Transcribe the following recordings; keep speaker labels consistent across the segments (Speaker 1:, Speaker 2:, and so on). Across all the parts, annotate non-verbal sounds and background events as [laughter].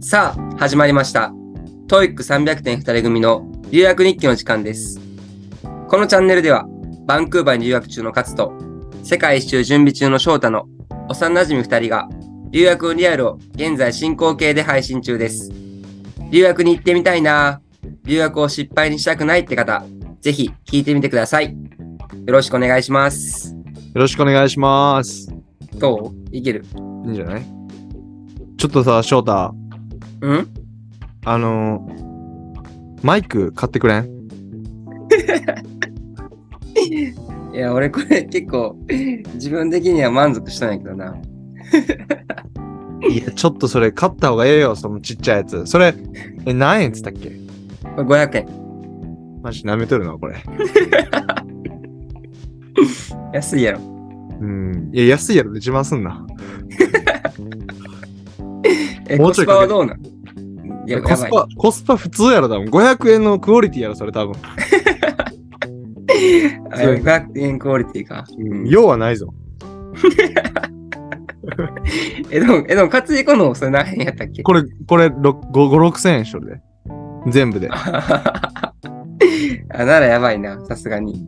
Speaker 1: さあ、始まりました。TOEIC 300点2人組の留学日記の時間です。このチャンネルでは、バンクーバーに留学中のカツと、世界一周準備中の翔太の幼馴染2人が、留学リアルを現在進行形で配信中です。留学に行ってみたいなぁ留学を失敗にしたくないって方、ぜひ聞いてみてください。よろしくお願いします。
Speaker 2: よろしくお願いします。
Speaker 1: どういける
Speaker 2: いいんじゃないちょっとさ、翔太、
Speaker 1: うん
Speaker 2: あのーマイク買ってくれん
Speaker 1: いや、俺これ結構、自分的には満足したんやけどな。
Speaker 2: いや、ちょっとそれ買った方がええよ、そのちっちゃいやつ。それ、え、何円っつったっけ
Speaker 1: これ500円。
Speaker 2: マジ舐めとるな、これ。
Speaker 1: 安いやろ。
Speaker 2: うん。いや、安いやろ、自慢すん [laughs] な。
Speaker 1: え、
Speaker 2: も
Speaker 1: コ
Speaker 2: うち
Speaker 1: ス
Speaker 2: ょい
Speaker 1: パ
Speaker 2: か
Speaker 1: は
Speaker 2: け
Speaker 1: どうなんいや、
Speaker 2: コ
Speaker 1: や
Speaker 2: ス
Speaker 1: ばい。
Speaker 2: パ、コスパ普通やろ、多分。500円のクオリティやろ、それ多分。
Speaker 1: あやばい500円クオリティか。うん
Speaker 2: 用はないぞ。
Speaker 1: え、でも、え、でも、勝彦のそれ何円やったっけ [laughs]
Speaker 2: これ、これ、ろ5、5 6000円しとるで。全部で。
Speaker 1: あならやばいな、さすがに。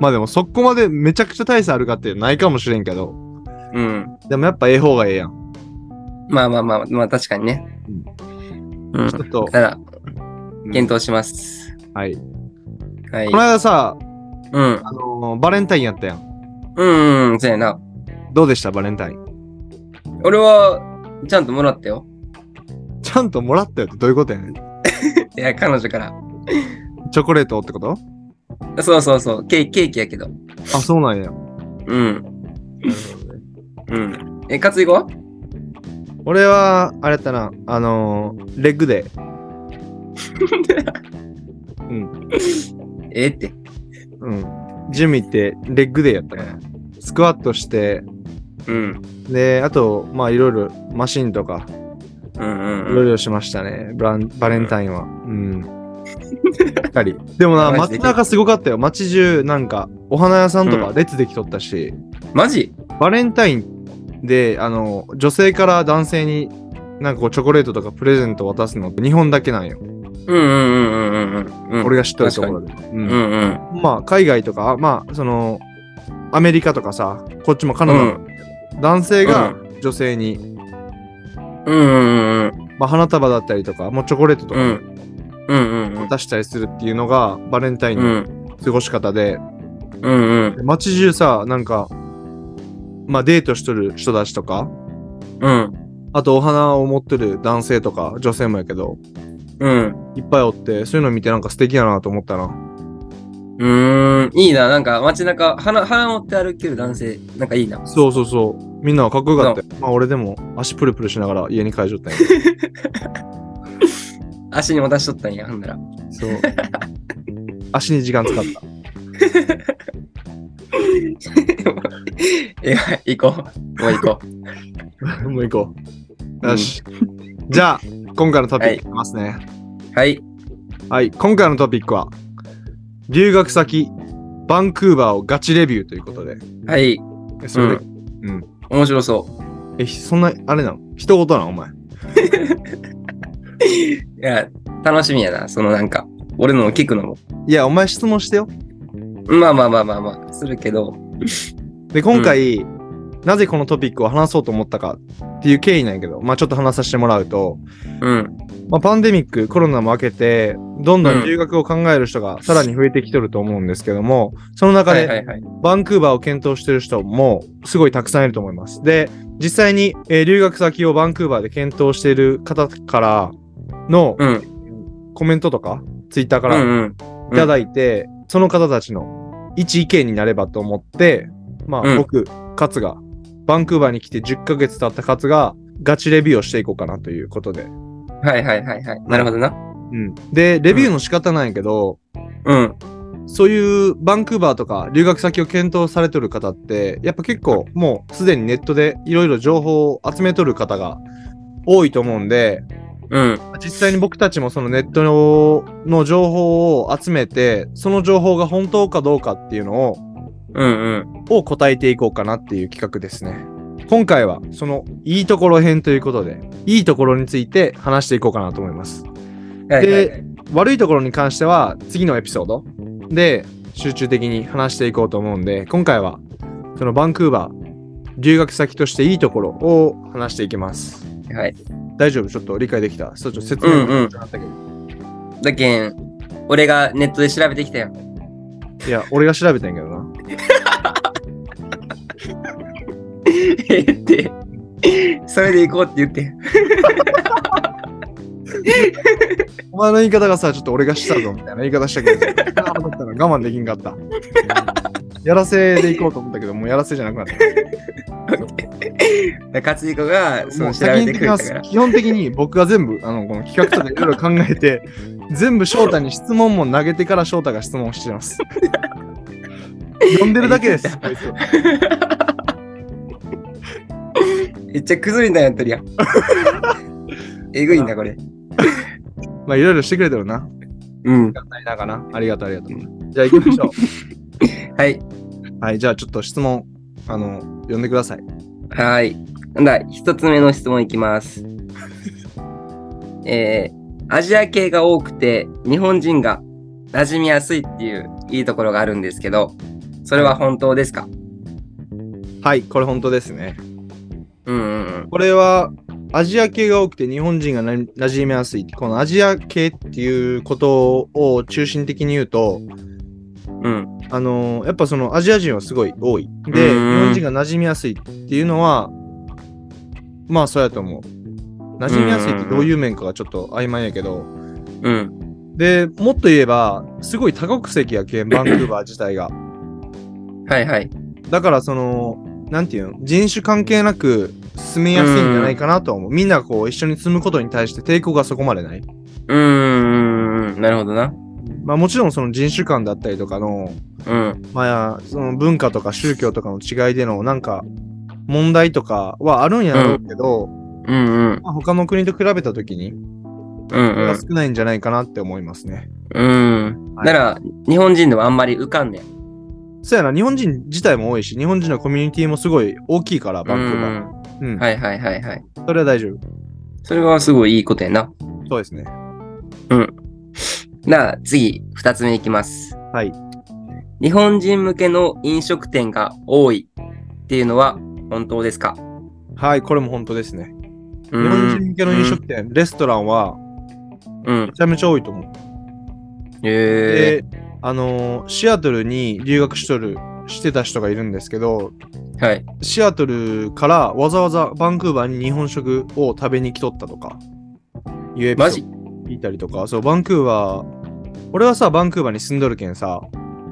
Speaker 2: まあでも、そこまでめちゃくちゃ大差あるかってないかもしれんけど。
Speaker 1: うん。
Speaker 2: でもやっぱええ方がええやん。
Speaker 1: まあまあまあ、まあ確かにね。うん。
Speaker 2: ちょっと。
Speaker 1: ただ、
Speaker 2: うん
Speaker 1: 検討します。
Speaker 2: はい。
Speaker 1: はい
Speaker 2: こ。の間さ、
Speaker 1: うん。
Speaker 2: あのーバレンタインやったやん。
Speaker 1: うん、うん、そうやな。
Speaker 2: どうでしたバレンタイン。
Speaker 1: 俺は、ちゃんともらったよ。
Speaker 2: ちゃんともらったよってどういうことやねん。
Speaker 1: いや、彼女から。
Speaker 2: チョコレートってこと
Speaker 1: そうそうそう、ケーキケーキやけど。
Speaker 2: あ、そうなんや。
Speaker 1: うん。うん。え、勝彦は
Speaker 2: 俺は、あれやったな、あのーレッグデー。うん。
Speaker 1: ええって。
Speaker 2: うん。ジム行って、レッグデーやったね。スクワットして、
Speaker 1: うん。
Speaker 2: で、あと、まあ、いろいろ、マシンとか、
Speaker 1: うん
Speaker 2: いろ
Speaker 1: うん
Speaker 2: いろしましたね。ブランバレンタインは。うん。やっぱりでもな、
Speaker 1: マジで
Speaker 2: 街中すごかったよ。街中、なんか、お花屋さんとか列できとったし、
Speaker 1: マジ
Speaker 2: バレンタインであの女性から男性になんかこうチョコレートとかプレゼント渡すのって日本だけなんよ、
Speaker 1: うんうんうんうんうんうん。
Speaker 2: 俺が知ってるところで、う
Speaker 1: うんんうん。
Speaker 2: まあ海外とかまあそのアメリカとかさこっちもカ
Speaker 1: う
Speaker 2: ナダ、
Speaker 1: ん
Speaker 2: 男性が
Speaker 1: う
Speaker 2: 女性に、
Speaker 1: うんうんうん
Speaker 2: まあ、花束だったりとかもうチョコレートと
Speaker 1: うん。う
Speaker 2: か
Speaker 1: んうんうん
Speaker 2: 出したりするっていうのがバレンタイン
Speaker 1: う
Speaker 2: の
Speaker 1: ん。
Speaker 2: 過ごし方で、
Speaker 1: うんうん
Speaker 2: で街中さなんかまあデートしとる人たちとか
Speaker 1: うん
Speaker 2: あとお花を持ってる男性とか女性もやけど
Speaker 1: うん。
Speaker 2: いっぱいおって、そういうの見てなんか素敵やなと思ったな。
Speaker 1: うーん。いいな、なんか街中、花、花持って歩ける男性、なんかいいな。
Speaker 2: そうそうそう。みんなかっこよかったよ。まあ俺でも足プルプルしながら家に帰っちゃったんや。
Speaker 1: 足に渡しとったんや、ほんなら。
Speaker 2: [laughs] そう。足に時間使った。
Speaker 1: え、行こう。もう行こう。
Speaker 2: もう行こう。よし。じゃあ、今回のトピックいきますね。はい、
Speaker 1: はい。
Speaker 2: 今回のトピックは、留学先、バンクーバーをガチレビューということで。
Speaker 1: はい。
Speaker 2: えそれで、
Speaker 1: 面白そう。
Speaker 2: え、そんな、あれなの一言なのお前。
Speaker 1: いや、楽しみやな、そのなんか、俺のを聞くのも。
Speaker 2: いや、お前質問してよ。
Speaker 1: まあまあまあまあまあ、するけど。
Speaker 2: で、今回、なぜこのトピックを話そうと思ったかっていう経緯なんやけど、まあちょっと話させてもらうと、
Speaker 1: うん。
Speaker 2: まあ、パンデミック、コロナも明けて、どんど
Speaker 1: うん
Speaker 2: ん留学を考える人がさらに増えてきてると思うんですけども、その中
Speaker 1: はい
Speaker 2: で
Speaker 1: はいはい。
Speaker 2: バンクーバーを検討してる人もすごいたくさんいると思います。で、実際に、えー留学先をバンクーバーで検討している方からの
Speaker 1: うん。
Speaker 2: コメントとか、ツイッターか
Speaker 1: う
Speaker 2: らい
Speaker 1: んうん。
Speaker 2: ただいて、その方たちの一意見になればと思って、まあ、
Speaker 1: うん
Speaker 2: 僕、カツが、バンクーバーに来て10ヶ月経ったカツが、ガチレビューをしていこうかなということで。
Speaker 1: はいはいはいはい。なるほどな。
Speaker 2: うん、で、レビューの仕方なんやけど、
Speaker 1: うん。
Speaker 2: そういうバンクーバーとか留学先を検討されとる方って、やっぱ結構もうすでにネットでいろいろ情報を集めとる方が多いと思うんで、
Speaker 1: うん。
Speaker 2: 実際に僕たちもそのネットのの情報を集めて、その情報が本当かどうかっていうのを、
Speaker 1: うんうん。
Speaker 2: を答えていこうかなっていう企画ですね。今回はそのいいところ編ということで、いいところについて話していこうかなと思います。
Speaker 1: はいはいはい。
Speaker 2: 悪いところに関しては次のエピソードで集中的に話していこうと思うんで今回はそのバンクーバー留学先としていいところを話していきます
Speaker 1: はい、
Speaker 2: 大丈夫ちょっと理解できたそうちょっと説
Speaker 1: う
Speaker 2: 明
Speaker 1: んうん
Speaker 2: があったけど、
Speaker 1: だけん、俺がネットで調べてきたよ。
Speaker 2: いや俺が調べたんやけどな
Speaker 1: ええって、それで行こうって言って。
Speaker 2: お前の言い方がさちょっと俺がしたぞみたいな言い方したけど [laughs] ああだったら我慢できんか
Speaker 1: [laughs]
Speaker 2: ったやらせでいこうと思ったけどもうやらせじゃなくなった
Speaker 1: 勝彦が [laughs] そ
Speaker 2: も
Speaker 1: の
Speaker 2: う
Speaker 1: 調べ
Speaker 2: 先
Speaker 1: て
Speaker 2: に
Speaker 1: く
Speaker 2: 的
Speaker 1: れ
Speaker 2: な
Speaker 1: たから。
Speaker 2: 基本的に僕が全部あのこの企画とかいろいろ考えて全部翔太に質問も投げてから翔太が質問し
Speaker 1: [laughs]
Speaker 2: てます。呼んでるだけです。こいつ
Speaker 1: めっちゃ崩れんだやったりやん。 [laughs] えぐいんだこれ。
Speaker 2: まあいろいろしてくれてるな。
Speaker 1: うん。
Speaker 2: なんかな。ありがとうありがとう。じゃあ行きましょ
Speaker 1: はい。
Speaker 2: う。はい、じゃあちょっと質問、あの、呼んでください。
Speaker 1: はい。なんだ、一つ目の質問いきます。えー、アジア系が多くて、日本人が馴染みやすいっていういいところがあるんですけど、それは本当ですか
Speaker 2: はい、これ本当ですね。
Speaker 1: うんうんうん。
Speaker 2: これはアジア系が多くて日本人がな馴染みやすい。このアジア系っていうことを中心的に言うと、
Speaker 1: うん。
Speaker 2: あのーやっぱそのアジア人はすごい多い。で、日
Speaker 1: うん
Speaker 2: 本人が馴染みやすいっていうのは、まあそうやと思う。馴染みやすいってどういう面かがちょっと曖昧やけど、
Speaker 1: うん。
Speaker 2: で、もっと言えば、すごい多国籍やけん、バンクーバー自体が。
Speaker 1: はいはい。
Speaker 2: だからその、なんていうの、人種関係なく住みやすいんじゃないかなとは思う。みんなこう一緒に住むことに対して抵抗がそこまでない。
Speaker 1: うーん。なるほどな。
Speaker 2: まあもちろんその人種間だったりとかの、
Speaker 1: うん。
Speaker 2: まあ、その文化とか宗教とかの違いでのなんか問題とかはあるんやろうけど、
Speaker 1: うんうん。
Speaker 2: まあ、他の国と比べた時に
Speaker 1: うんうん
Speaker 2: 少ないんじゃないかなって思いますね。。
Speaker 1: うん
Speaker 2: はい
Speaker 1: なら、日本人ではあんまり浮かんねん。
Speaker 2: そうやな、日本人自体も多いし、日本人のコミュニティもすごい大きいから、バンクーバー。うん、
Speaker 1: うんはいはいはいはい。
Speaker 2: それは大丈夫。
Speaker 1: それはすごいいいことやな。
Speaker 2: そうですね。
Speaker 1: なあ、次、二つ目いきます。
Speaker 2: はい。
Speaker 1: 日本人向けの飲食店が多いっていうのは本当ですか
Speaker 2: はい、これも本当ですね。
Speaker 1: 日
Speaker 2: 日本人向けの飲食店、レストランは
Speaker 1: うん。うん
Speaker 2: めちゃめちゃ多いと思う。
Speaker 1: へえ
Speaker 2: で、あのーシアトルに留学しとる、してた人がいるんですけど、
Speaker 1: はい。
Speaker 2: シアトルからわざわざバンクーバーに日本食を食べに来とったとか、いうエピ
Speaker 1: マ
Speaker 2: ソー
Speaker 1: ジ
Speaker 2: ド聞いたりとか、そう、バンクーバー、俺はさ、バンクーバーに住んどるけんさ、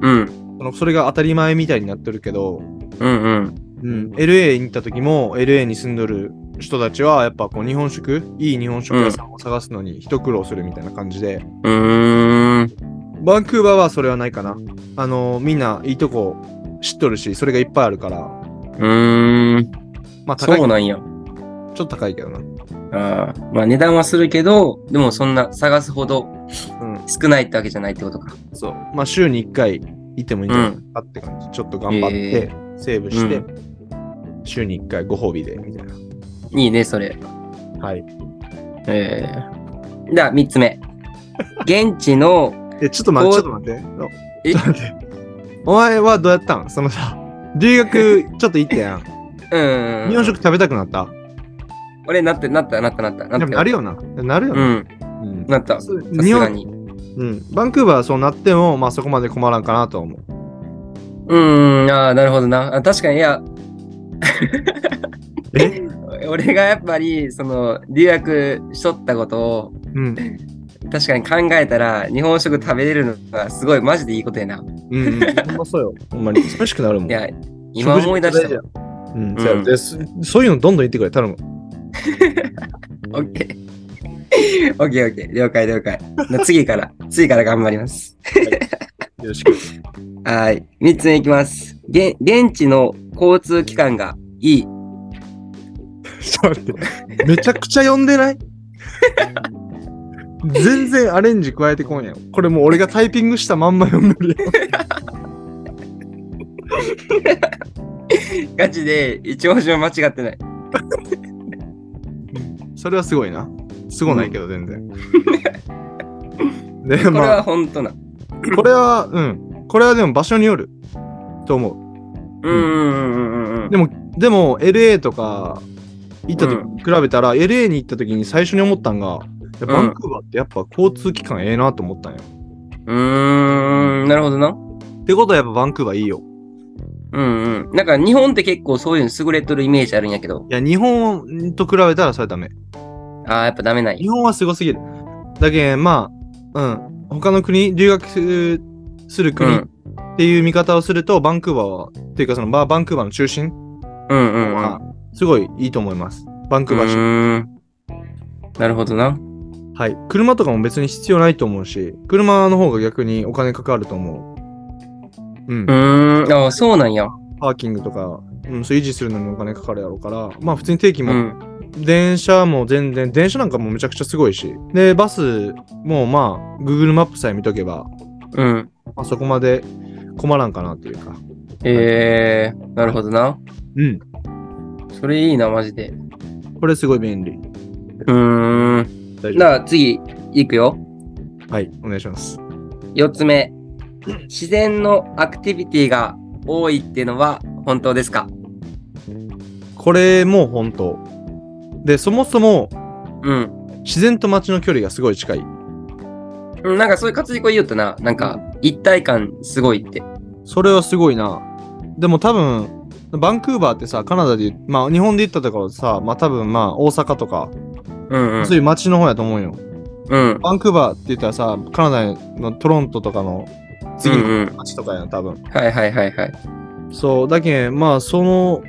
Speaker 1: うん。
Speaker 2: そのそれが当たり前みたいになってるけど、
Speaker 1: うんうん。
Speaker 2: うん、LA に行った時も、LA に住んどる人たちは、やっぱこう、日本食、いい日本食屋さんを探すのに一苦労するみたいな感じで、
Speaker 1: うーん。
Speaker 2: バンクーバーはそれはないかな。あのーみんないいとこ知っとるし、それがいっぱいあるから、
Speaker 1: うーん。
Speaker 2: まあ高い、ち
Speaker 1: そう
Speaker 2: ょ
Speaker 1: なんや。
Speaker 2: っと高いけどな。
Speaker 1: あーまあ値段はするけど、でもそんな探すほど
Speaker 2: うん。
Speaker 1: 少ないってわけじゃないってことか。
Speaker 2: そう。まあ、週に1回行ってもいいんじゃないかって感じ。ちょっと頑張って、セーブして、
Speaker 1: う
Speaker 2: 週に1回ご褒美で、みたいな。
Speaker 1: いいね、それ。
Speaker 2: はい。
Speaker 1: ええ。じゃあ、三つ目。現地の、 [laughs]
Speaker 2: え、ちょっと待って、ちょ
Speaker 1: こ
Speaker 2: っと待って。
Speaker 1: え
Speaker 2: ちょっと待って。お前はどうやったんそのさ、留
Speaker 1: [laughs]
Speaker 2: 学ちょっと行ったやん。
Speaker 1: うん。
Speaker 2: 日本食食べたくなった
Speaker 1: 俺、なって、なった、なった、なった。な
Speaker 2: で
Speaker 1: っ
Speaker 2: も
Speaker 1: た
Speaker 2: なるよな。なるよ
Speaker 1: う
Speaker 2: な。
Speaker 1: ん。
Speaker 2: うん
Speaker 1: なった。さ
Speaker 2: そう
Speaker 1: す
Speaker 2: 日
Speaker 1: が
Speaker 2: 本、
Speaker 1: に。
Speaker 2: うん。バンクーバーはそうなっても、まあそこまで困らんかなとは思う。
Speaker 1: うーん、ああ、なるほどな。あ確かに、いや。
Speaker 2: え
Speaker 1: [laughs] 俺がやっぱり、その、留学しとったことを、
Speaker 2: うん。
Speaker 1: 確かに考えたら、日本食食べれるのがすごいマジでいいことやな。
Speaker 2: うんうん。ほん
Speaker 1: [laughs]
Speaker 2: まそうよ。ほんまに。寂しくなるもん。
Speaker 1: いや、今思い出したわ。
Speaker 2: うん、
Speaker 1: ん
Speaker 2: そうやでそそういうのどんどん言ってくれ、頼む。
Speaker 1: オッケー。オッケーオッケー。了解了解。な次から、 [laughs] 次から頑張ります。
Speaker 2: よろしく。
Speaker 1: はい。3つ目いきます。げ現地の交通機関がいい。
Speaker 2: ちょっと待って。 [laughs] めちゃくちゃ呼んで [laughs] ない全然アレンジ加えてこんやん。これもう俺がタイピングしたまんま読んでるやん。
Speaker 1: ガチで一文字も間違ってない。
Speaker 2: それはすごいな。すごないけど、全然。で、
Speaker 1: これ
Speaker 2: ま
Speaker 1: は
Speaker 2: あ、
Speaker 1: 本当な。
Speaker 2: これは、うん。これはでも場所によると思
Speaker 1: うんうんうんうんうん。
Speaker 2: でもう。でも、LA とか行った時に比べたら、LA に行った時に最初に思ったんが、いやバンクーバーってやっぱ交通機関ええなと思ったん
Speaker 1: う
Speaker 2: よ。
Speaker 1: ーん、なるほどな。
Speaker 2: ってことはやっぱバンクーバーいいよ。
Speaker 1: うんうん。なんか日本って結構そういうの優れとるイメージあるんやけど。
Speaker 2: いや、日本と比べたらそれはダメ。
Speaker 1: ああ、やっぱダメない
Speaker 2: 日。本はすごすぎる。だけんまあ、うん。他の国、留学すする
Speaker 1: う
Speaker 2: 国っ
Speaker 1: ん。
Speaker 2: ていう見方をすると、バンクーバーは、っていうかその、まあ、バンクーバーの中心
Speaker 1: うんうんうん。
Speaker 2: は、すごいいいと思います。バンクーバー
Speaker 1: う
Speaker 2: 市
Speaker 1: ーんなるほどな。
Speaker 2: はい。車とかも別に必要ないと思うし、車の方が逆にお金かかると思う。うん。
Speaker 1: うーん。ああ、そうなんや。
Speaker 2: パーキングとか、うん、そう維持するのにお金かかるやろうから、まあ普通に定期
Speaker 1: う
Speaker 2: も、
Speaker 1: ん。
Speaker 2: 電車も全然、電車なんかもめちゃくちゃすごいし、で、バスもまあ、Google マップさえ見とけば、
Speaker 1: うん。
Speaker 2: まあ、そこまで困らんかなっていうか。
Speaker 1: えー、なるほどな。
Speaker 2: うん。
Speaker 1: それいいな、マジで。
Speaker 2: これすごい便利。
Speaker 1: うーん。
Speaker 2: 大
Speaker 1: じ
Speaker 2: 丈
Speaker 1: ゃあ次、いくよ。
Speaker 2: 夫。はい、お願いします。
Speaker 1: 4つ目。自然のアクティビティが多いっていうのは本当ですか
Speaker 2: これも本当。で、そもそも、
Speaker 1: うん。
Speaker 2: 自然と街の距離がすごい近い。
Speaker 1: うんなんかそういう活躍言うとな、なんか一体感すごいって。
Speaker 2: それはすごいな。でも多分、バンクーバーってさ、カナダで、まあ日本で行ったところさ、まあ多分まあ大阪とか、
Speaker 1: うんうん
Speaker 2: そう。いう街の方やと思うよ。
Speaker 1: うん。
Speaker 2: バンクーバーって言ったらさ、カナダのトロントとかの次
Speaker 1: うん
Speaker 2: の
Speaker 1: うん
Speaker 2: 街とかやん、多分。
Speaker 1: はいはいはいはい。
Speaker 2: そう、だけん、まあその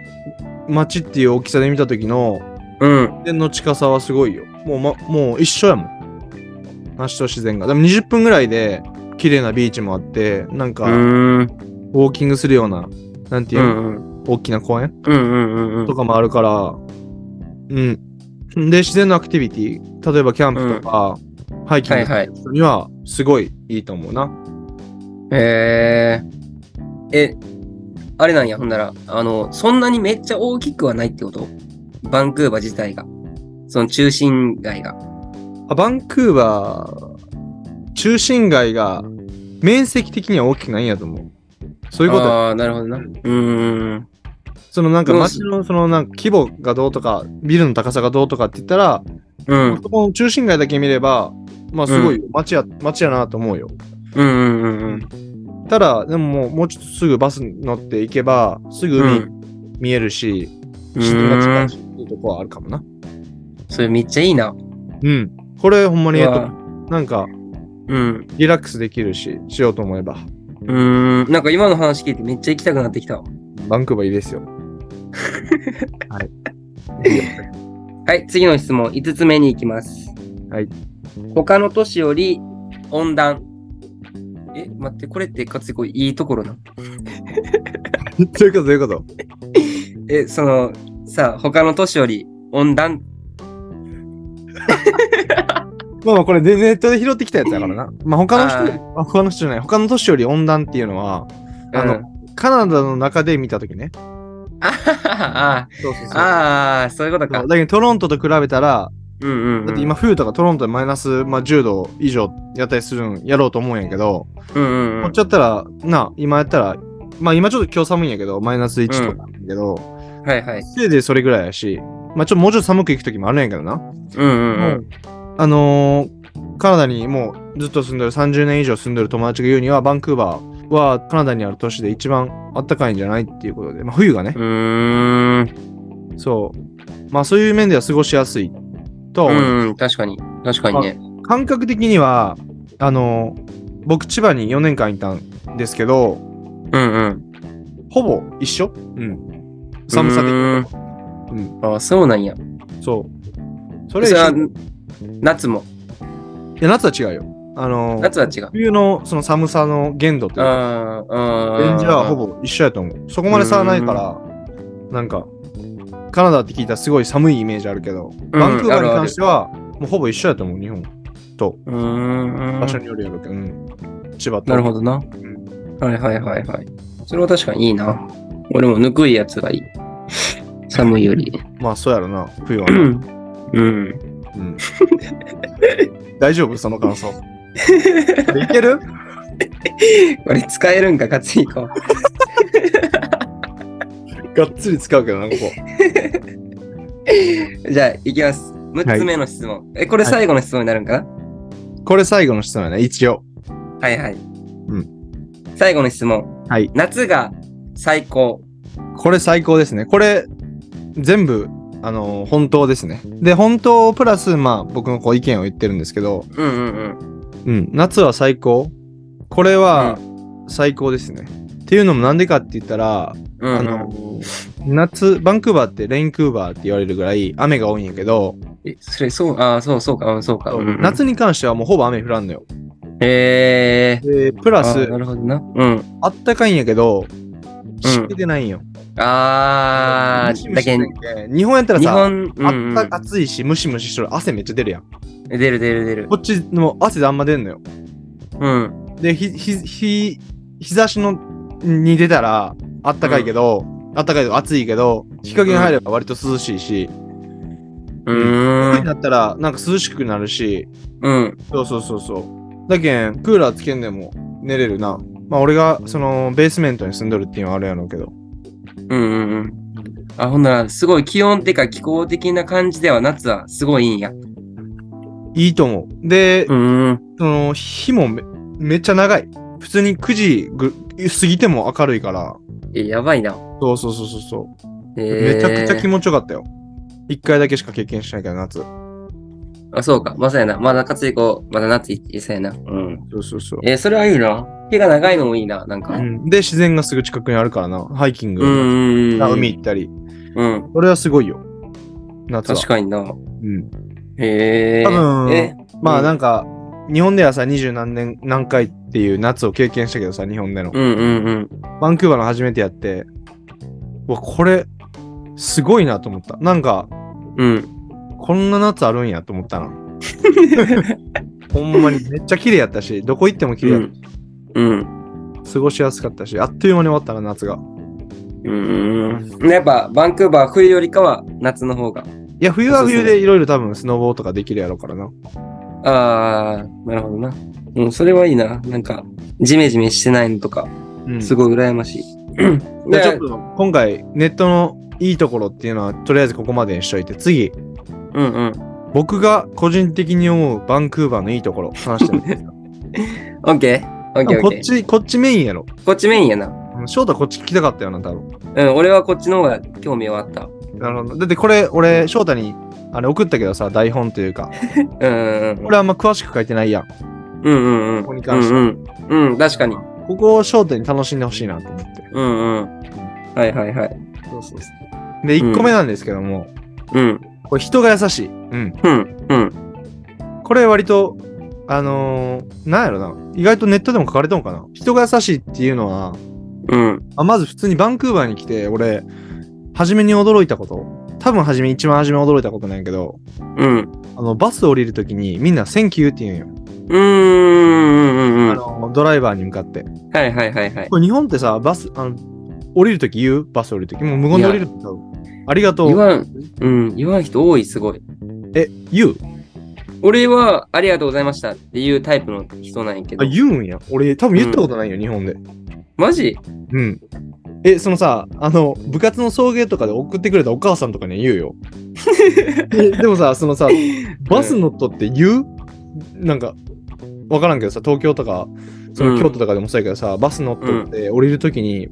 Speaker 2: 街っていう大きさで見た時の、
Speaker 1: うん。
Speaker 2: 自然の近さはすごいよ。もう、ま、もう一緒やもん。街と自然が。でも20分ぐらいで、綺麗なビーチもあって、なん
Speaker 1: う
Speaker 2: か、ウ
Speaker 1: ーん。
Speaker 2: ォーキングするような、なんていううの、
Speaker 1: んうん。
Speaker 2: 大きな公園
Speaker 1: うんうんうんうん
Speaker 2: と。かもあるから、うん。で、自然のアクティビティ、例えばキャンプとか、ハイキン
Speaker 1: は
Speaker 2: グ
Speaker 1: い
Speaker 2: とか
Speaker 1: はい。
Speaker 2: には、すごいいいと思うな。
Speaker 1: へえ。え、あれなんや、ほんなら、あの、そんなにめっちゃ大きくはないってことバンクーバー自体が。その中心街が。
Speaker 2: あバンクーバー、中心街が、面積的には大きくないんやと思う。そういうことや
Speaker 1: ああ、なるほどな。うーん。
Speaker 2: そのなんか
Speaker 1: どう
Speaker 2: 街
Speaker 1: す
Speaker 2: のそのなんか規模がどうとかビルの高さがどうとかって言ったら、
Speaker 1: う
Speaker 2: こ
Speaker 1: ん。
Speaker 2: この中心街だけ見ればまあすごい街や,、街やなと思うよ
Speaker 1: うんうんうん
Speaker 2: ただでももうもうちょっとすぐバス乗って行けばすぐ
Speaker 1: うん。う
Speaker 2: 海
Speaker 1: ん。
Speaker 2: 見えるし、
Speaker 1: う
Speaker 2: 自然が
Speaker 1: ー
Speaker 2: 近い
Speaker 1: ん
Speaker 2: しっていうとこはあるかもな
Speaker 1: それめっちゃいいな。
Speaker 2: うんこれほんまにえっ
Speaker 1: う
Speaker 2: と
Speaker 1: わ
Speaker 2: なんか
Speaker 1: うん。
Speaker 2: リラックスできるししようと思えば
Speaker 1: うーん。なんか今の話聞いてめっちゃ行きたくなってきたわ。
Speaker 2: バンクーバーいいで
Speaker 1: [laughs]
Speaker 2: すよはいいいよ [laughs]
Speaker 1: はい、次の質問、5つ目に行きます。
Speaker 2: はい。
Speaker 1: 他の都市より温暖。え、待って、これってかつてこういいところなの
Speaker 2: そういうことそういうこと
Speaker 1: え、その、さあ、他の都市より温暖。
Speaker 2: まあまあこれでネットで拾ってきたやつだからな。まあ他の人より、あ他の人じゃない、他の都市より温暖っていうのは、あの
Speaker 1: うん
Speaker 2: カナダの中で見たときね。
Speaker 1: あははは
Speaker 2: そうそう
Speaker 1: [laughs] あ、ああ、そういうこと
Speaker 2: だ
Speaker 1: か
Speaker 2: け。どトロントと比べたら、
Speaker 1: うんうん。
Speaker 2: だって、今冬とかトロントでマイナス、まあ、10度以上やったりするんやろうと思うんやけど、
Speaker 1: うんうんう
Speaker 2: こっ
Speaker 1: ん
Speaker 2: ち。やったら、なあ、今やったら、まあ今ちょっと今日寒いんやけど、マイナス1とかなんやけど、
Speaker 1: はいはい。
Speaker 2: せいでそれぐらいやし、まあちょっともうちょっと寒く行くときもあるんやけどな。
Speaker 1: うんうんう
Speaker 2: も
Speaker 1: ん。
Speaker 2: うあのーカナダにもうずっと住んでる30年以上住んでる友達が言うにはバンクーバーはカナダにある都市で一番暖かいんじゃないっていうことで、まあ、冬がね
Speaker 1: う、ーん。
Speaker 2: そうまあそういう面では過ごしやすいと、
Speaker 1: うんうん、確かに。確かにね。
Speaker 2: 感覚的にはあのー僕千葉に4年間いたんですけど
Speaker 1: うんうん。
Speaker 2: ほぼ一緒、うん、寒さ的にうん
Speaker 1: ああ、そうなんや。
Speaker 2: そうそ
Speaker 1: そ
Speaker 2: れ
Speaker 1: れ
Speaker 2: 一緒
Speaker 1: はい夏も。
Speaker 2: や夏は違うよあのー
Speaker 1: 夏は違う。
Speaker 2: 冬のその寒さの限度というか
Speaker 1: あーあー。
Speaker 2: レンジはほぼ一緒やと思う。そこまで差はないから、なんか、カナダって聞いたらすごい寒いイメージあるけど、バンクーバーに関しては、もうほぼ一緒やと思う、日本と。
Speaker 1: うーん。
Speaker 2: 場所によるやろうけど、うん。千葉と。
Speaker 1: なるほどな。はいはいはいはい。それは確かにいいな。俺もぬくいやつがいい。寒いより。
Speaker 2: まあ、そうやろな、冬は
Speaker 1: [laughs] う [laughs]
Speaker 2: な。
Speaker 1: ん。うん。
Speaker 2: うん、大丈夫その
Speaker 1: [laughs]
Speaker 2: 感想。いける
Speaker 1: これ使えるんか、勝ついこ
Speaker 2: がっつり使うけどな、ここ。
Speaker 1: う。じゃあ、いきます。6つ目の質問。え、これ最後の質問になるんかな
Speaker 2: これ最後の質問やね、一応。
Speaker 1: はいはい。。
Speaker 2: うん
Speaker 1: 最後の質問。
Speaker 2: はい。
Speaker 1: 夏が最高。
Speaker 2: これ最高ですね。これ、全部、あの、本当ですね。で、本当プラス、まあ、僕のこう意見を言ってるんですけど、
Speaker 1: うんうんうん。
Speaker 2: うん、夏は最高。これは、最高ですね。っていうのもなんでかって言ったら、
Speaker 1: うん、
Speaker 2: あ
Speaker 1: うん。
Speaker 2: の、夏、バンクーバーってレインクーバーって言われるぐらい雨が多いんやけど、
Speaker 1: え、それ、そう、ああ、そうそうか、うん、そうか。うんうん、
Speaker 2: 夏に関してはもうほぼ雨降らんのよ。
Speaker 1: へえー。
Speaker 2: で、プラ
Speaker 1: あ
Speaker 2: ス
Speaker 1: ー、なるほどな。うん。
Speaker 2: あったかいんやけど、湿気でないんよ。
Speaker 1: ああ、
Speaker 2: ムシム
Speaker 1: だ
Speaker 2: シ
Speaker 1: け
Speaker 2: して
Speaker 1: ん
Speaker 2: んけん日本やったら
Speaker 1: 日
Speaker 2: さ、
Speaker 1: 本、う
Speaker 2: あ
Speaker 1: んう
Speaker 2: っ
Speaker 1: ん、
Speaker 2: た暑いし、ムシムシしとる汗めっちゃ出るやん。
Speaker 1: 出る出る出る
Speaker 2: こ。っちの汗であんま出んのよ。
Speaker 1: うん。
Speaker 2: で、ひ、ひ、ひ、日差しの、に出たら、あったかいけど、あったかいけど暑いけど、日陰に入れば割と涼しいし、
Speaker 1: う
Speaker 2: 冬
Speaker 1: ー
Speaker 2: に
Speaker 1: ん。
Speaker 2: なったらなんか涼しくなるし、
Speaker 1: うん。
Speaker 2: そうそうそうそう。だけん、クーラーつけんでも寝れるな。まあ俺が、その、ベースメントに住んどるっていうのはあるやろうけど。
Speaker 1: うんうんうん。あ、ほんなら、すごい気温ってか気候的な感じでは夏はすごいいいんや。う
Speaker 2: いいと思う。で、
Speaker 1: ーん。
Speaker 2: その、日もめめっちゃ長い。普通に9時ぐ過ぎても明るいから。
Speaker 1: え、やばいな。
Speaker 2: そうそうそうそうそう。
Speaker 1: え
Speaker 2: めちゃくちゃ気
Speaker 1: 持
Speaker 2: 持ちよかったよ。一回だけしか経験しないけど、夏。
Speaker 1: あ、そうか。まさやな。まだ活躍、まだ夏いいさやな。うん。
Speaker 2: そうそうそう。
Speaker 1: えーそれはいいな。手が長いのもいいな、なんか。
Speaker 2: う
Speaker 1: うん
Speaker 2: んで、自然がすぐ近くにあるからな。ハイキング、
Speaker 1: うんうん。
Speaker 2: 海。行ったり。
Speaker 1: うん。
Speaker 2: それはすごいよ。夏は。
Speaker 1: 確かにな。
Speaker 2: うん、
Speaker 1: へえ。
Speaker 2: 多分
Speaker 1: え、
Speaker 2: ま
Speaker 1: う
Speaker 2: あ
Speaker 1: ん
Speaker 2: なんか、日本ではさ、二十何年、何回っていう夏を経験したけどさ、日本での。
Speaker 1: うんうんうん。
Speaker 2: バンクーバーの初めてやって、うわ、これ、すごいなと思った。なんか、
Speaker 1: うん。
Speaker 2: こんな夏あるんやと思ったな。
Speaker 1: [laughs]
Speaker 2: ほんまにめっちゃ綺麗やったし、どこ行っても綺麗
Speaker 1: う
Speaker 2: やっ
Speaker 1: ん。うん。
Speaker 2: た、過ごしやすかったし、あっという間に終わったな、夏が。
Speaker 1: うん。やっぱ、バンクーバー冬よりかは夏の方が。
Speaker 2: いや、冬は冬でいろいろ多分スノボーとかできるやろうからな。
Speaker 1: ああ、なるほどな。うん、それはいいな。なんか、ジメジメしてないのとか、
Speaker 2: うん、
Speaker 1: すごい羨ましい。
Speaker 2: [clears throat] じゃあ
Speaker 1: で
Speaker 2: ちょっと今回ネットのいいところっていうのはとりあえずここまでにしといて次
Speaker 1: うんうん。
Speaker 2: 僕が個人的に思うバンクーバーのいいところ話してみ [laughs] て
Speaker 1: オッケーオッケーオッ
Speaker 2: こ
Speaker 1: ケ
Speaker 2: っ
Speaker 1: ー。
Speaker 2: ちこっちメインやろ
Speaker 1: こっちメインやな。
Speaker 2: うん翔太こっち聞きたかったよな多分
Speaker 1: うん、俺はこっちの方が興味はあった。
Speaker 2: なるほどだってこれ俺翔太にあれ送ったけどさ台本というか
Speaker 1: うんうん
Speaker 2: これあんま詳しく書いてないやん
Speaker 1: うん。うんうんうん。
Speaker 2: ここに関して
Speaker 1: うんうん。うん、確かに。
Speaker 2: ここを翔太に楽しんでほしいなと思って
Speaker 1: うんうん。はいはいはい。
Speaker 2: そうそうで1個目なんですけども、
Speaker 1: うん。
Speaker 2: これ人が優しい、うん、
Speaker 1: うん。うん。
Speaker 2: これ割とあのー、なんやろな意外とネットでも書かれたのかな人が優しいっていうのは
Speaker 1: うん。
Speaker 2: あまず普通にバンクーバーに来て俺初めに驚いたこと多分初め一番初め驚いたことなんやけど
Speaker 1: うん。
Speaker 2: あのバス降りるときにみんな「センキュー」って言うんよ、
Speaker 1: うーん。うん。う
Speaker 2: あ
Speaker 1: ん。
Speaker 2: のドライバーに向かって
Speaker 1: はいはいはいはい。
Speaker 2: これ日本ってさバスあの降りるとき言うバス降りるときもう無言で降りるとありがと
Speaker 1: 言
Speaker 2: う
Speaker 1: わん、うん、言わん人多い、すごい。
Speaker 2: え言う
Speaker 1: 俺は、ありがとうございましたっていうタイプの人なんやけど
Speaker 2: あ。言うんや俺多分言ったことないよ、日本で
Speaker 1: マジ
Speaker 2: うんえそのさあの部活の送迎とかで送ってくれたお母さんとかには言う [laughs] よえでもさそ [laughs] のさバス乗っとって言う、なんか、わからんけどさ、東京とか、そ
Speaker 1: うん
Speaker 2: の京都とかでもそうやけどさ、バス乗っとって降りるときに、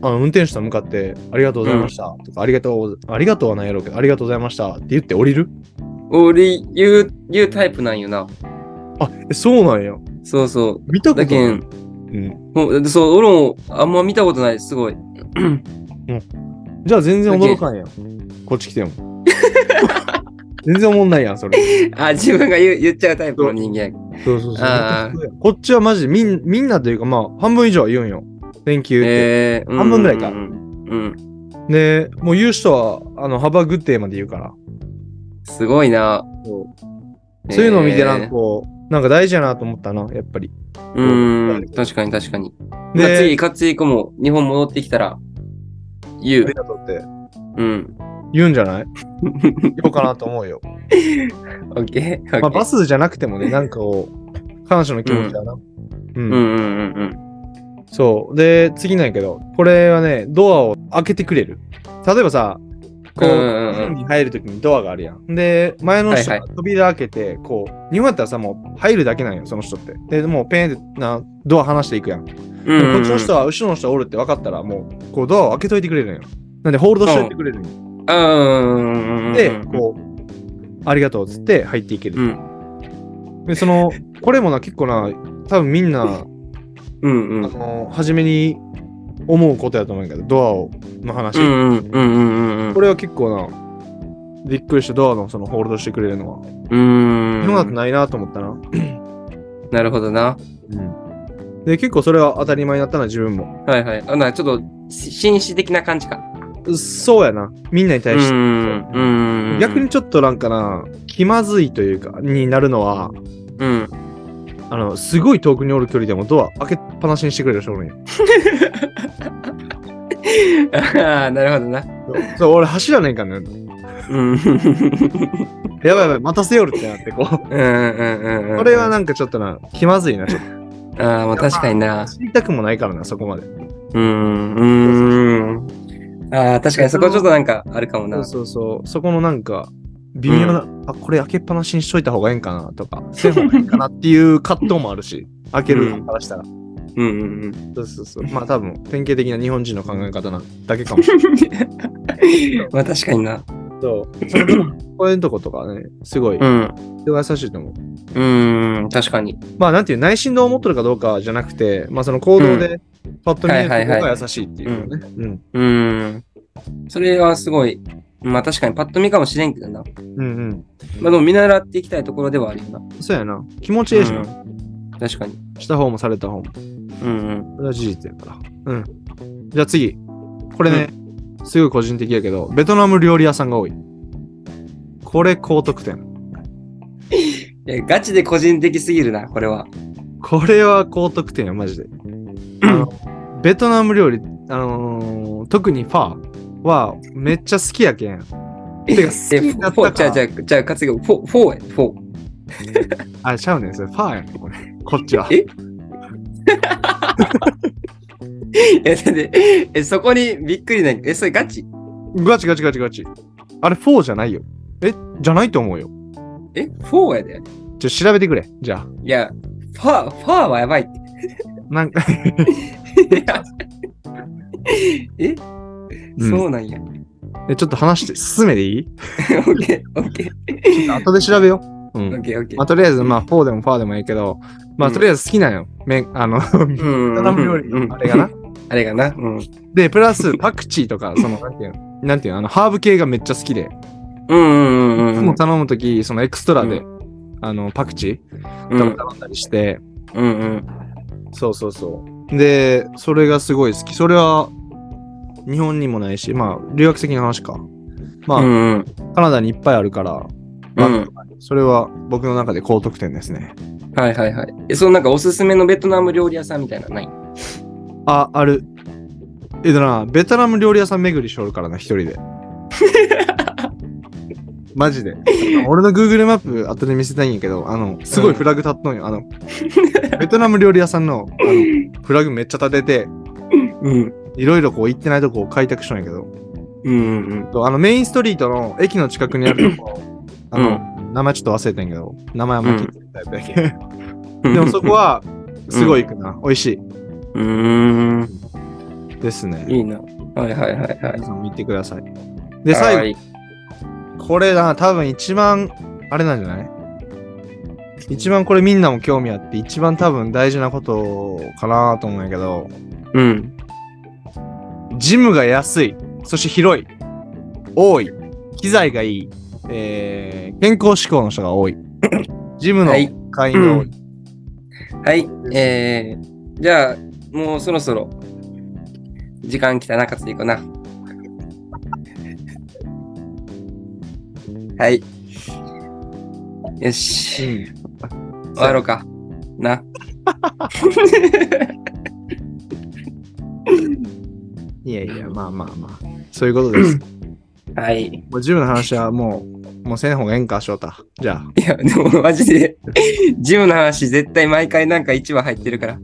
Speaker 2: あの運転手と向かって、ありがとうございました、とか、ありがとう、ありがとうはないやろうけど、ありがとうございましたって言って降りる
Speaker 1: 俺、言う、言うタイプなんよな。
Speaker 2: あ、えそうなんや。
Speaker 1: そうそ
Speaker 2: 見た
Speaker 1: う。
Speaker 2: こと
Speaker 1: だ
Speaker 2: な
Speaker 1: け
Speaker 2: い。
Speaker 1: ん、
Speaker 2: うん、
Speaker 1: もうそう、俺もあんま見たことない、すごい。
Speaker 2: じゃあ全然驚かんやん。こっち来ても。 [laughs] 全然思んないやん、それ。
Speaker 1: あ、自分が言う言っちゃうタイプの人間。
Speaker 2: そうそう
Speaker 1: あ
Speaker 2: そう。こっちはマジみん、みんなというか、まあ、半分以上は言うんよ。Thank you って。
Speaker 1: えー、うん
Speaker 2: 半分ぐらいか
Speaker 1: うん。うん
Speaker 2: で、もう言う人は、あの、幅グッデーまで言うから。
Speaker 1: すごいな。
Speaker 2: そういうのを見てなん
Speaker 1: え
Speaker 2: か
Speaker 1: ー
Speaker 2: こう、なんか大事やなと思ったな、やっぱり。
Speaker 1: うーん、確かに確かに。まあ
Speaker 2: で
Speaker 1: 次、勝つ以降も日本戻ってきたら、言
Speaker 2: あり
Speaker 1: う。
Speaker 2: がとうって。
Speaker 1: うん。
Speaker 2: 言うんじゃない言おうかなと思
Speaker 1: [laughs]
Speaker 2: うよ。
Speaker 1: オッケー。
Speaker 2: まあ、バ
Speaker 1: ス。
Speaker 2: スじゃなくても
Speaker 1: [laughs]
Speaker 2: ね、なんかを、感謝の気持ちだな。うん。
Speaker 1: うんうんうんうん。
Speaker 2: そう。で、次なんやけど、これはね、ドアを開けてくれる。例えばさ、こう、
Speaker 1: うんうんうん
Speaker 2: 日本に入るときにドアがあるやん。で、前の人
Speaker 1: はい
Speaker 2: が扉開けて、こう、日本やったらさ、もう入るだけなんよ、その人って。で、もうペンってな、ドア離していくやん。で
Speaker 1: うんうんう
Speaker 2: もこ
Speaker 1: ん
Speaker 2: っちの人は後ろの人おるって分かったら、もう、こう、ドアを開けといてくれるんよ。なんで、ホールドしといてくれるんよ。
Speaker 1: うんうんうんうんうん。
Speaker 2: で、こう、ありがとうっつって入っていけ
Speaker 1: う
Speaker 2: る。
Speaker 1: ん。
Speaker 2: で、その、これもな、結構な、多分みんな、
Speaker 1: うんうん。
Speaker 2: あの初めに思うことやと思うんやけどドアをの話、
Speaker 1: うんうんうんうんうん。
Speaker 2: これは結構なびっくりしてドアのそのホールドしてくれるのは
Speaker 1: うーん。
Speaker 2: 日本だとないなと思ったな、
Speaker 1: なるほどな。
Speaker 2: で結構それは当たり前になったな自分も
Speaker 1: はいはい。あなちょっと、し紳士的な感じか。
Speaker 2: そうやなみんなに
Speaker 1: う
Speaker 2: 対して、
Speaker 1: んうんうん。
Speaker 2: 逆に、ちょっとなんかな気まずいというかになるのは
Speaker 1: うん。
Speaker 2: あのすごい遠くにおる距離でもドア開けっぱなしにしてくれる人おるんよ
Speaker 1: ああ、なるほどな。
Speaker 2: そう俺走らねえからね
Speaker 1: うん。うん
Speaker 2: やばいやばい待たせよるってなってこう
Speaker 1: うんうんうん。
Speaker 2: これは
Speaker 1: な。
Speaker 2: なんかちょっとな気まずいなちょっ
Speaker 1: ああ、もう確かにな
Speaker 2: と。知りたくもないからなそこまで
Speaker 1: うん。うん。ああ、確かにそこちょっとなんかあるかもな。
Speaker 2: そうそうそう。そこのなんか、微妙な、あ、これ開けっぱなしにしといた方がいいんかなとか、せん方がいいんかなっていう葛藤もあるし、開けるからしたら。
Speaker 1: うんうんうん。
Speaker 2: そうそうそう。まあ多分、典型的な日本人の考え方なだけかもしれない。
Speaker 1: まあ確かにな。
Speaker 2: そう。それでもこういうとことかね、すごい、
Speaker 1: うん。
Speaker 2: 人が優しいと思う。
Speaker 1: うん、確かに。
Speaker 2: まあなんていう、内心どう思ってるかどうかじゃなくて、まあその行動で、パッと見える
Speaker 1: はいはいはい
Speaker 2: 方が優しいっていうね。うん。
Speaker 1: うん。それはすごい。まあ確かにパッと見かもしれんけどな。
Speaker 2: うん
Speaker 1: まあでも見習っていきたいところではあるよな。
Speaker 2: うん。そうやな。気持ちいいし
Speaker 1: う
Speaker 2: な、
Speaker 1: ん確かに。
Speaker 2: した方もされた方も。
Speaker 1: うん
Speaker 2: それは事実やから。うん。じゃあ次。これね、すごい個人的やけど、ベトナム料理屋さんが多い。これ高得点。
Speaker 1: うん。え、ガチで個人的すぎるな、これは。
Speaker 2: これは高得点や、マジで。あのベトナム料理、あのー特にファーはめっちゃ好きやけん。てか、好き
Speaker 1: え、
Speaker 2: に
Speaker 1: フ
Speaker 2: な
Speaker 1: ォ
Speaker 2: ったから
Speaker 1: ー、じゃあ、じゃあ、じゃあ、かつフォー、フォーや、フォー。 [laughs]
Speaker 2: あ、ちゃうねん、それファーやねん、これ。こっちは。
Speaker 1: ええ、だって、え、そこにびっくりない。え、それガチ
Speaker 2: ガチガチガチガチ。あれ、フォーじゃないよ。え、じゃないと思うよ。
Speaker 1: え、フォーやで。
Speaker 2: ちょ、調べてくれ。じゃあ。
Speaker 1: いや、ファー、ファーはやばいっ
Speaker 2: なんか、
Speaker 1: て。 [laughs] いやえ、
Speaker 2: うん
Speaker 1: そうなんや。 [laughs]
Speaker 2: えちょっと話して、進めでいい
Speaker 1: オッケー、オッケー、
Speaker 2: 後で調べよう。う
Speaker 1: オ
Speaker 2: ん
Speaker 1: ッ。ケー、オッケー
Speaker 2: まあ、。とりあえず、まあ、フォーでもファーでもいいけど、まあ、
Speaker 1: うん
Speaker 2: とりあえず好きなんよ。めん、あの、 [laughs] ベ
Speaker 1: うん
Speaker 2: トナム料理のあれが。
Speaker 1: う。
Speaker 2: なん
Speaker 1: あれがな。うん。
Speaker 2: で、プラス、パクチーとか、その、なんていうの、なんていうの、あの、ハーブ系がめっちゃ好きで、
Speaker 1: うんうん
Speaker 2: い
Speaker 1: うん
Speaker 2: つ
Speaker 1: うん
Speaker 2: も。頼むとき、そのエクストラで
Speaker 1: う、
Speaker 2: あの、パクチ
Speaker 1: う
Speaker 2: ーと
Speaker 1: ん
Speaker 2: か頼んだりして、
Speaker 1: うんうん。
Speaker 2: そうそうそう。で、それがすごい好き。それは、日本にもないし、まあ、留学先の話か。
Speaker 1: う
Speaker 2: ま
Speaker 1: んうん。
Speaker 2: あ、カナダにいっぱいあるから、
Speaker 1: う
Speaker 2: まあ
Speaker 1: ん。
Speaker 2: それは僕の中で高得点ですね。
Speaker 1: はいはいはい。え、そのなんかおすすめのベトナム料理屋さんみたいなのない
Speaker 2: あ、ある。えっとな、ベトナム料理屋さん巡りしょるからな、一人で。
Speaker 1: [laughs]
Speaker 2: マジで。俺の Google マップ後で見せたいんやけど、あの、すごいフラグ立っとんよ。あの、ベトナム料理屋さんのあのフラグめっちゃ立てて、
Speaker 1: うん。
Speaker 2: いろいろこう行ってないとこを開拓しとんやけど、
Speaker 1: うんうん
Speaker 2: あのメインストリートの駅の近くにある
Speaker 1: [coughs]
Speaker 2: とこ、あの、名前ちょっと忘れたんやけど、名前はもう聞いてるタイプだけ。
Speaker 1: うん。
Speaker 2: でもそこは、すごい行くな。美味し
Speaker 1: うーん。
Speaker 2: いですね。
Speaker 1: いいな。はいはいはいはい
Speaker 2: 皆。さんも行ってください。で、最後
Speaker 1: は、い
Speaker 2: これな、多分一番、あれなんじゃない一番これみんなも興味あって、一番多分大事なことかなと思うんやけど、
Speaker 1: うん。
Speaker 2: ジムが安い、そして広い、多い、機材がいい、えー、健康志向の人が多い。 [coughs] ジムの
Speaker 1: はい
Speaker 2: 会員が多い。
Speaker 1: はい。えー、じゃあ、もうそろそろ、時間来たな、勝ついこうな。はい。よし。終わろうか。
Speaker 2: [laughs]
Speaker 1: な。 [coughs]
Speaker 2: いやいや、まあまあまあ。そういうことです。
Speaker 1: はい。
Speaker 2: もうジムの話はもう、もうせん方がええんか、翔太。じゃあ。
Speaker 1: いや、でもマジで、ジムの話絶対毎回なんか1話入ってるから。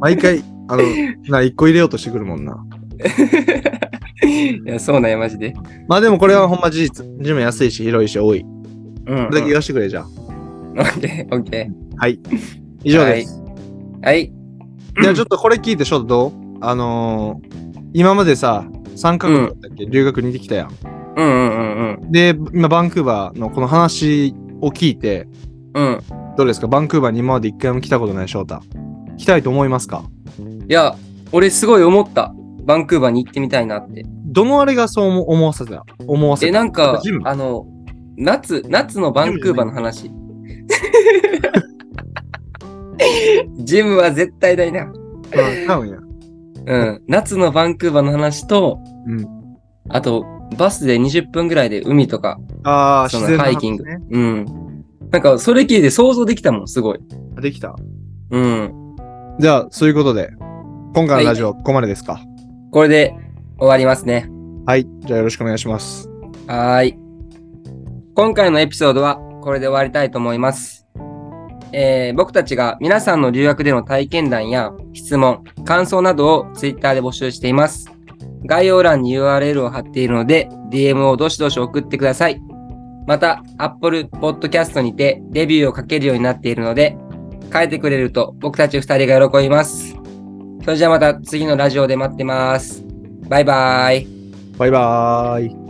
Speaker 2: 毎回、あの、 [laughs] な、一個入れようとしてくるもんな。
Speaker 1: いや、そうなんや、マジで。
Speaker 2: まあでもこれはほんま事実。ジム安いし、広いし、多い。こ
Speaker 1: うん、うん。オ
Speaker 2: れだけ言
Speaker 1: ッ
Speaker 2: わせてくれ、じゃあ。
Speaker 1: ケー、オッケー。
Speaker 2: はい。以上です。
Speaker 1: はい。
Speaker 2: じゃあちょっとこれ聞いて、翔太どうあのー、今までさ、3カ国だったっけ、留学に行ってきたやん。
Speaker 1: うんうんうん
Speaker 2: で、今、バンクーバーのこの話を聞いて、
Speaker 1: うん。うん。
Speaker 2: どうですかバンクーバーに今まで一回も来たことない翔太。来たいと思いますか
Speaker 1: いや、俺すごい思った。バンクーバーに行ってみたいなって。
Speaker 2: どのあれがそう思思わせた思わせ
Speaker 1: え、
Speaker 2: た
Speaker 1: なんか
Speaker 2: ジム、
Speaker 1: あの、夏、夏のバンクーバーの話。ジムは絶対だいな。
Speaker 2: うん多分や。
Speaker 1: うん。夏のバンクーバーの話と、
Speaker 2: うん
Speaker 1: あと、バスで20分ぐらいで海とか、
Speaker 2: ああ、
Speaker 1: そ
Speaker 2: 自
Speaker 1: の
Speaker 2: 然な
Speaker 1: ハ
Speaker 2: 話
Speaker 1: イキング。
Speaker 2: ね
Speaker 1: うん。なんか、それ聞いて想像できたもん、すごい。
Speaker 2: できた。
Speaker 1: うん。
Speaker 2: じゃあ、そういうことで、今回のラジオはここまでですか。
Speaker 1: これで終わりますね。
Speaker 2: はい。じゃあよろしくお願いします。
Speaker 1: はーい。今回のエピソードはこれで終わりたいと思います。えー僕たちが皆さんの留学での体験談や質問、感想などを Twitter で募集しています。概要欄に URL を貼っているので、DM をどしどし送ってください。また、Apple Podcast にてレビューを書けるようになっているので、書いてくれると僕たち2人が喜びます。それじゃあまた次のラジオで待ってます。バイバイ。
Speaker 2: バイバーイ。